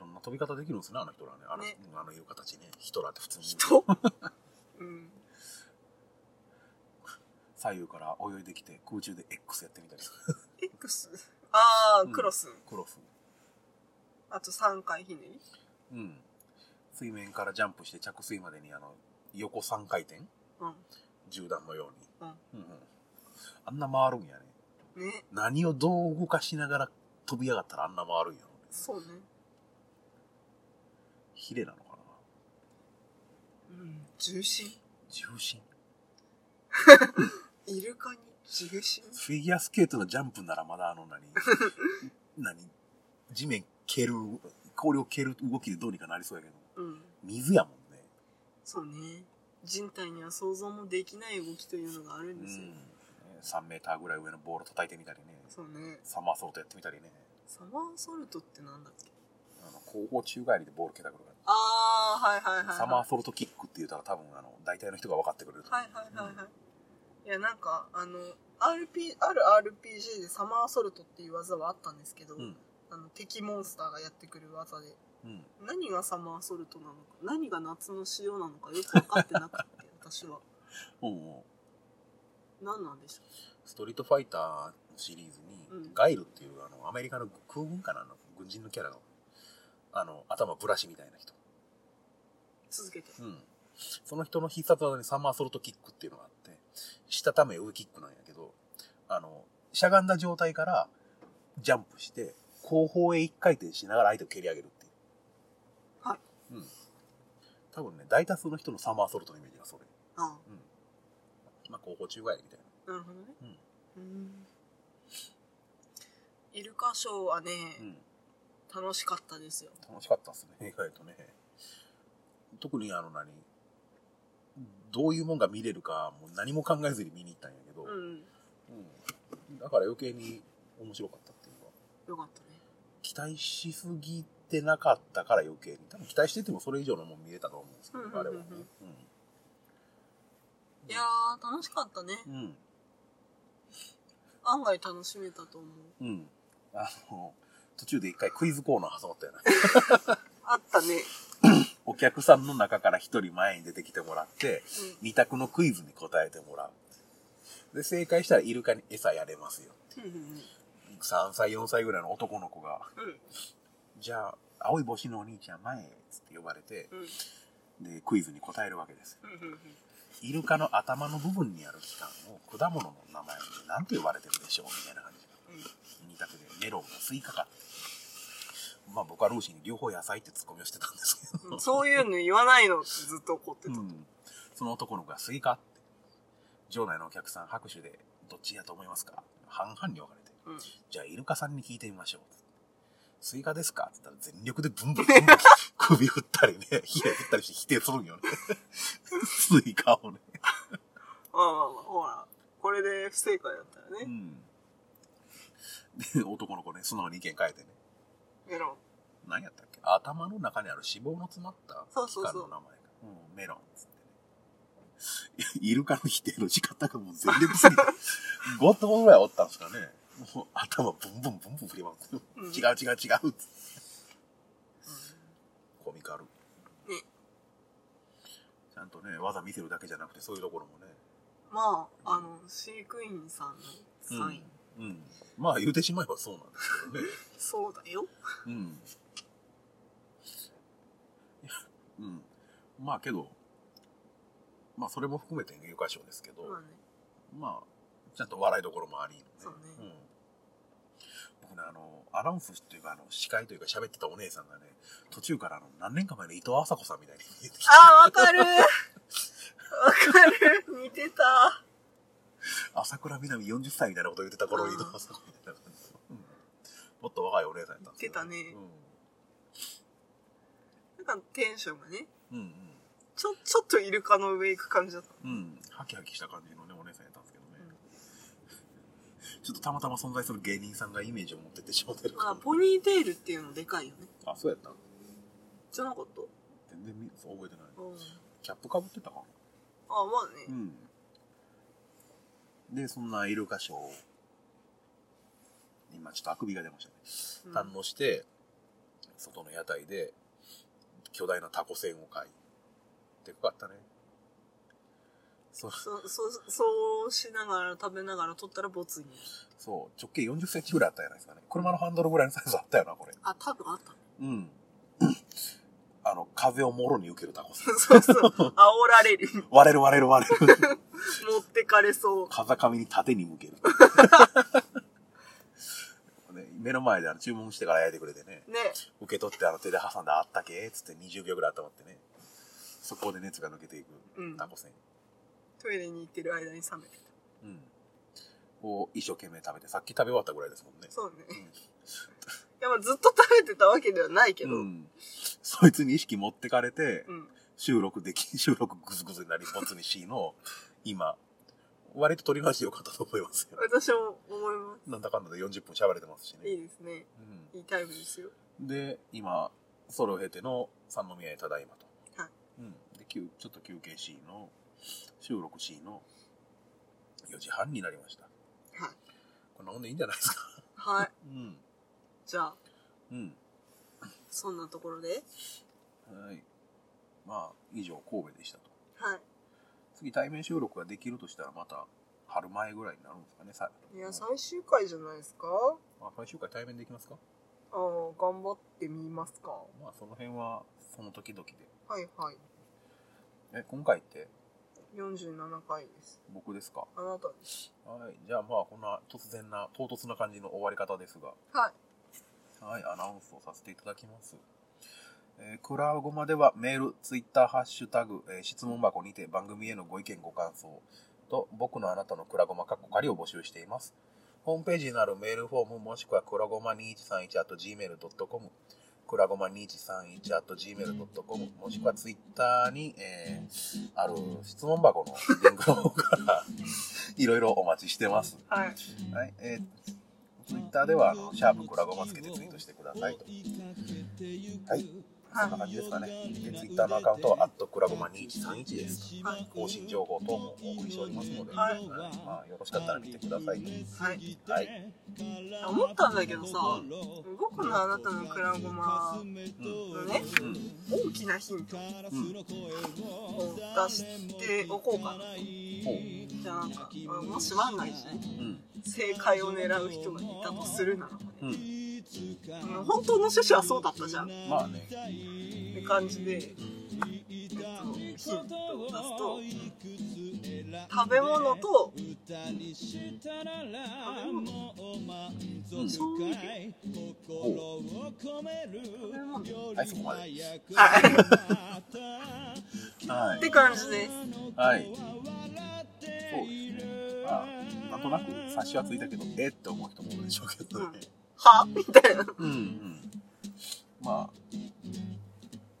ろんな飛び方できるんですね、あの人らね。あの、ねうんあのいう形ね。ヒトラーって普通に人 [LAUGHS] うん。左右から泳いできて空中で X やってみたりする。 X? ああ、クロス。クロス。あと3回ひねり。うん。水面からジャンプして着水までにあの、横3回転う銃弾のように。ううん。うんあんな回るんやね。ん。ね。何をどう動かしながら飛び上がったらあんな回るんやろ。そうね。ヒレなのかなうん。重心。重心イルカに重心フィギュアスケートのジャンプならまだあの何 [LAUGHS] 何地面蹴る氷を蹴る動きでどうにかなりそうやけどうん。水やもんねそうね。人体には想像もできない動きというのがあるんうですよ。ん3メーターぐらい上のボール叩いてみたりねそうね。サマーソルトやってみたりねサマーソルトってなんだっけあの高校宙返りでボール蹴ったくるかああ、はいはいはい、らはい。サマーソルトキックって言うたら多分あの大体の人が分かってくれると思うはいはいはいはい。いや、なんか、あの、RP、ある RPG でサマーソルトっていう技はあったんですけど、うんあの敵モンスターがやってくる技で、うん何がサマーソルトなのか、何が夏の塩なのかよく分かってなく [LAUGHS] て、私は。うんうん何なんでしょストリートファイターのシリーズに、うんガイルっていうあのアメリカの空軍かなあの軍人のキャラのあの頭ブラシみたいな人、う。続けて。うん、その人の必殺技にサマーソルトキックっていうのがあってしたため上キックなんやけどあのしゃがんだ状態からジャンプして後方へ一回転しながら相手を蹴り上げるっていうはい、うん、多分ね大多数の人のサマーソルトのイメージがそれ、あまあ、後方宙返りみたいなあ、なるほどね。うん。イルカショーはね、うん、うん楽しかったですよ。楽しかったですね、意外とね。特にあの何、どういうもんが見れるか、もう何も考えずに見に行ったんやけど、うん。うんだから余計に面白かったっていうか、よかったね。期待しすぎてなかったから余計に、多分期待しててもそれ以上のもん見れたと思うんですけど、うんうんうんうんあれはね。いやー、楽しかったね。うん。うん。案外楽しめたと思う。うん。あの、途中で一回クイズコーナー挟まったよね。あったね。お客さんの中から一人前に出てきてもらって、うん。二択のクイズに答えてもらう。で、正解したらイルカに餌やれますよ。う3歳、4歳ぐらいの男の子が、んじゃあ、青い帽子のお兄ちゃん前へ、つって呼ばれて、うんで、クイズに答えるわけですよ。うんイルカの頭の部分にある器官を果物の名前で何て呼ばれてるでしょうみたいな感じで。二択でメロンがスイカか。まあ僕はルーシーに両方野菜ってツッコミをしてたんですけど。うんそういうの言わないのってずっと怒ってた。うん、その男の子がスイカって。場内のお客さん拍手で、どっちやと思いますか半々に分かれて。うんじゃあ、イルカさんに聞いてみましょう。スイカですかって言ったら全力でブンブンブンブン首振ったりね、ひや振ったりして否定するんよね。スイカをね。まあまあまあ、ほら、これで不正解だったらうね、ん。で、男の子ね、素直に意見変えてね。メロン。何やったっけ頭の中にある脂肪の詰まったそうそうそう器官の名前が。うん、メロンっつってね。 [LAUGHS] イルカの否定の仕方がもう全力す [LAUGHS] ぎて。5頭ぐらいおったんですかね。もう頭ブンブンブンブン振りまくって。うん違う違う違うっつって。コミカル。ね、ちゃんとね、技見せるだけじゃなくてそういうところもね。まあ、あの、飼育員さんのサイン。うん。うん。まあ言うてしまえばそうなんですけどね。そうだよ。うん。うん。まあけど、まあそれも含めて入会賞ですけど、まあね。まあ、ちゃんと笑いどころもあり、そうねん。僕ね、あの、アナウンスっていうか、あの、司会というか喋ってたお姉さんがね、途中からあの、何年か前の伊藤麻子さんみたいに見えてきて、あー、わかるわかる似てた。朝倉みなみ40歳みたいなこと言ってた頃、あー伊藤麻子みたいな感じ、うんもっと若いお姉さんやったんですけど。言ってたねなんかテンションがね、うん。うんちょ、ちょっとイルカの上行く感じだった。うん。うん。ハキハキした感じのね、お姉さんやったんですけどね。ちょっとたまたま存在する芸人さんがイメージを持ってってしまってるかまあ、ら。ポニーテールっていうのでかいよね。あ、そうやったじゃなかった全然見そう覚えてない。うん。キャップかぶってたかあ、まあね。なうん。で、そんなイルカショー今ちょっとあくびが出ましたね。うん堪能して、外の屋台で、巨大なタコ船を買い。でかかったね。そう、そそうそうしながら食べながら撮ったらボツにそう、直径40センチぐらいあったじゃないですかね。車のハンドルぐらいのサイズあったよな、これ。あ多分あった [LAUGHS] うん。あの、風をもろに受けるタコ船。そうそう煽ら [LAUGHS] れる割れる割れる割れる。持ってかれそう風上に縦に向ける。 [LAUGHS] ね目の前であの注文してから焼いてくれてね。ね受け取ってあの手で挟んであったけつって20秒ぐらい温まってね。そこで熱が抜けていくうんタコ船。トイレに行ってる間に冷めてうん。を一生懸命食べて、さっき食べ終わったぐらいですもんねた。そうねうんいやまあずっと食べてたわけではないけど、ううんん。そいつに意識持ってかれて、収録でき、 [LAUGHS] 収録グズグズになり、ボツにしの、今、割と取り回してよかったと思いますよ。私も思いまなんだかんだで40分喋れてますしすいね。いですねうん。いいタイムですよで、今、それを経ての三宮へただいまと。はいうん。で、休ちょっと休憩しの、収録しの、4時半になりました。はいこんなもんでいいんじゃないですか。はいうん。じゃあうん。そんなところではい。まあ、以上、神戸でしたと。は次、対面収録ができるとしたら、また、春前ぐらいになるんですかね、さ。いいや最終回じゃないですかまあ、最終回対面できますかああ頑張ってみますかまあ、その辺は、その時々で。はいはいえ、今回って、 47回です僕ですかあなたですはい。じゃあ、まあ、こんな突然な、唐突な感じの終わり方ですが、はいはい、アナウンスをさせていただきます。えークラウゴマではメール、ツイッター、ハッシュタグ、えー質問箱にて番組へのご意見、ご感想と、僕のあなたのクラゴマかっこ仮を募集しています。ホームページにあるメールフォームもしくはクラゴマ 2131.gmail.com、クラゴマ 2131.gmail.com、もしくはツイッターに、えーある質問箱のリンクの方から、 [LAUGHS] いろいろお待ちしてます。はいはい、えー、ツイッターでは、あのシャープクラゴマつけてツイートしてくださいと。はい、そんな感じですかね。で、ツイッターのアカウントは、アットクラゴマ2131です。はい更新情報等もお送りしておりますので、はいまあ、よろしかったら見てくださいと。はいはい、思ったんだけどさ僕のあなたのクラゴマうん、うん、のね大きなヒントうん、を出しておこうかなほう、じゃあなんかもし万が一ねうん、正解を狙う人がいたとするならばうん、ね、うん本当の趣旨はそうだったじゃんっまあね、て感じで、えっと、ヒントを出すと食べ物と食べ物うん、醤油類ほう、食べ物はい、そこまでです。はいはってい、感じですはい。そうですね。まあ、なんとなく察しはついたけど、えって思う人も多いでしょうけどね。はみたいなうんうん。まあ、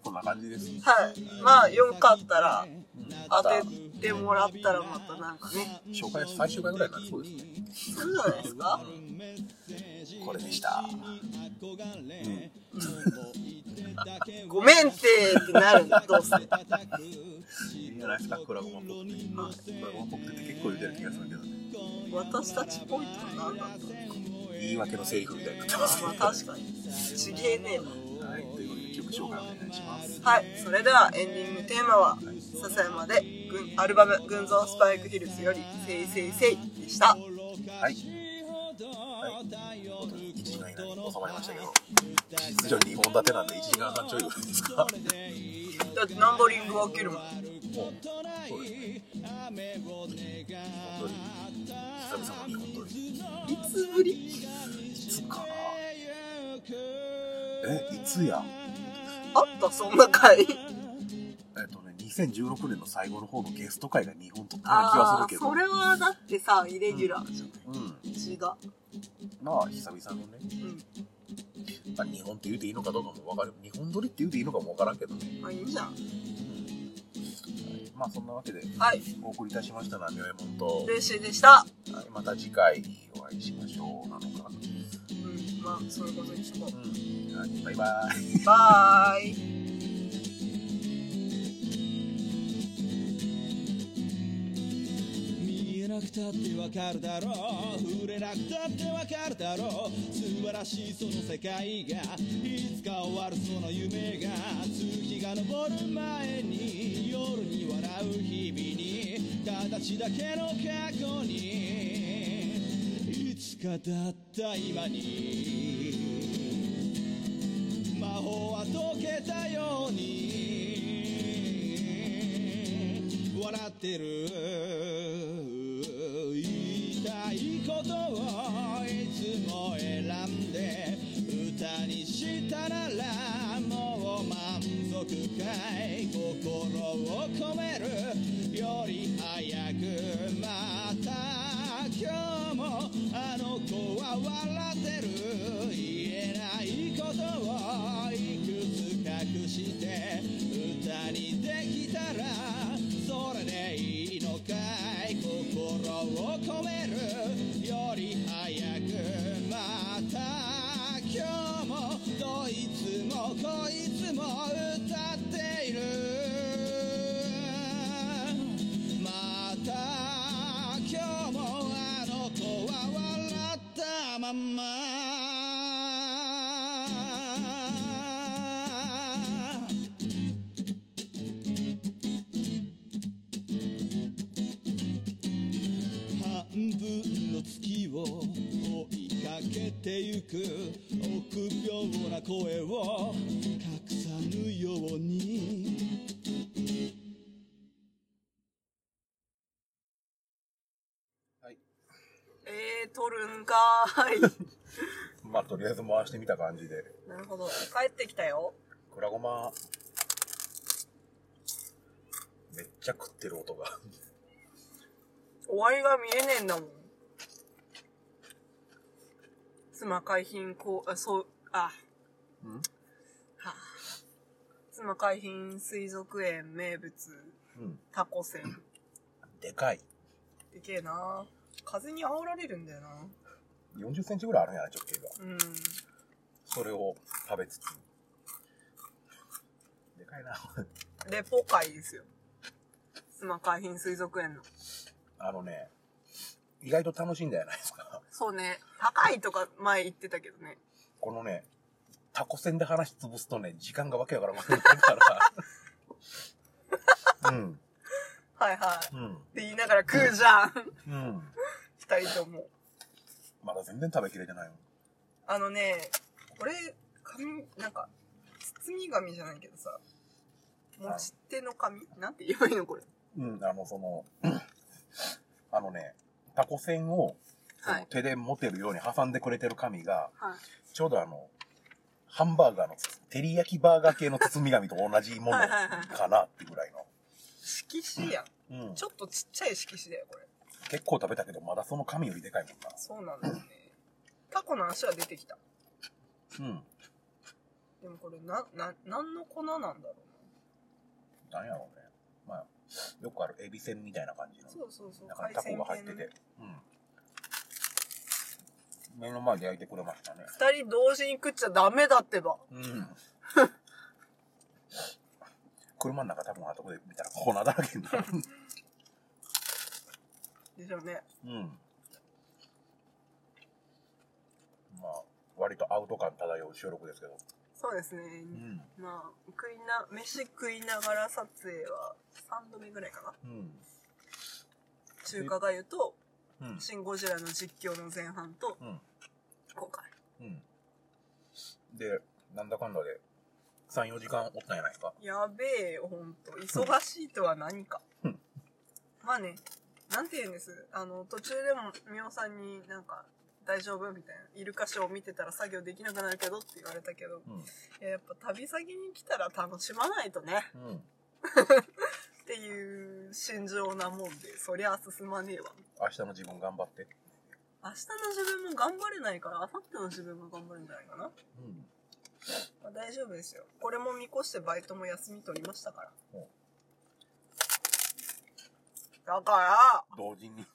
こんな感じです。はいまあよかったらうん当またててもらったらまたなんかね紹介最終回ぐらいになりそうですね。するじゃないですかこれでした。うん。ごめんってってなるんだどうせいいんじゃないですか、クラゴマっぽくて。クラゴマっぽくてって結構言うてる気がするけどね。私たちっぽいって何なんだろ言い訳のセリフみたいになってますうけまどあね。確かにちげえねえなはい、ということで曲紹介お願いします。はい、それではエンディングテーマは「笹山で群アルバム「群像スパイクヒルズ」より「せいせいせい」でしはたい。はい。ということで1時間以内に収まりましたけど、実情2本立てなんで1時間半ちょいぐらいですか。だってナンバリング分けるもんもう、そうですね。本当に、久々の日本撮り。いつぶりいつかなえ、いつやあったそんな回えっとね、2016年の最後の方のゲスト会が日本撮ったような気あがあするけど。それはだってさイレギュラーじゃないうん。違うまあ、久々のね、うまあ、日本って言うていいのかどうかもわかる。日本撮りって言うていいのかもわからんけどね。んまあいいじゃんはいまあ、そんなわけで、はいお送りいたしましたのは、みょえもんと、練習でしたはい、また次回お会いしましょう。なのか。うんまあそういうことにしとうこん。はい、バイバイ。 [LAUGHS] うバーイ未来なくたってわかるだろう触れなくたってわかるだろう素晴らしいその世界がいつか終わるその夢が月が昇る前に夜に笑う日々に形だけの過去にいつかだった今に魔法は解けたように笑ってる言いたいことをいつも選んで歌にしたならもう満足かい心を込めるより早くまた今日もあの子は笑ってる言えないことをいくつ隠して歌にできたらそれでいいのかい心を込めるより早くまた今日もどいつもこいつも歌っているまた今日もあの子は笑ったまんま半分の月を追いかけてゆく臆病な声を隠さぬようにはい。えー、取るんかー [LAUGHS] い。まあ、とりあえず回してみた感じで。なるほど。帰ってきたよ。くらごま、めっちゃ食ってる音が。終わりが見えねえんだもん。妻海浜こう、あ、そう、んあ、はあ、妻海浜水族園名物、うん。タコ船。でかい。でけえな風に煽られるんだよな40センチぐらいあるんやな、直径が。うん。それを食べつつ。でかいな。レポ会ですよ。妻海浜水族園の。あのね、意外と楽しいんじゃないですか。 [LAUGHS] そうね。高いとか前言ってたけどね。このね、タコ線で話潰すとね、時間がわけわからなくなる [LAUGHS] から。うん、はいはい。っうん、て言いながら食うじゃん。うん。二人とも。まだ全然食べきれてないもん。あのね、これ、紙、なんか、包み紙じゃないけどさ、持ち手の紙なんて言えばいいのこれ。うん、あの、その、 [CLEARS THROAT] あのね、タコ線をそはのい。手で持てるように挟んでくれてる紙が、はい。ちょうどあの、ハンバーガーの、照り焼きバーガー系の包み紙と同じものはいはいはいかなってぐらい色紙やん。の。うんち。ょっとちっちゃい色紙だよ、これ。結構食べたけど、まだその紙よりでかいもんそうなんだよね。タコの足は出てきた。な。うん。でもこれ、な、な、何の粉なんだろうなんやろうね。まあ、よくあるエビせんみたいな感じのな。。そうそうそう。中にタコが入ってねて。。うん。目の前で焼いてくれましたね。二人同時に食っちゃダメだってば。うん。 [LAUGHS] 車の中多分あとこで見たら粉だらけ [LAUGHS] になる。でしょうね。うん。まあ、割とアウト感漂う収録ですけど。そうですね。うん。まあ、食いな、飯食いながら撮影は3度目ぐらいかな。うん。中華粥と、うん。シン・ゴジラの実況の前半と、うん。今回。うん。で、なんだかんだで、3、4時間おったんやないですか。やべえよ、ほんと。忙しいとは何かうん。まあね、なんて言うんです。あの、途中でも、みおさんになんか、大丈夫みたいな。イルカショーを見てたら作業できなくなるけどって言われたけど、うん。いややっぱ旅先に来たら楽しまないとね。うん。っていう心情なもんで、そりゃ進まねえわ。明日の自分頑張って。明日の自分も頑張れないから、明後日の自分が頑張るんじゃないかな。うん。まあ、大丈夫ですよ。これも見越してバイトも休み取りましたから。おだから、同時に。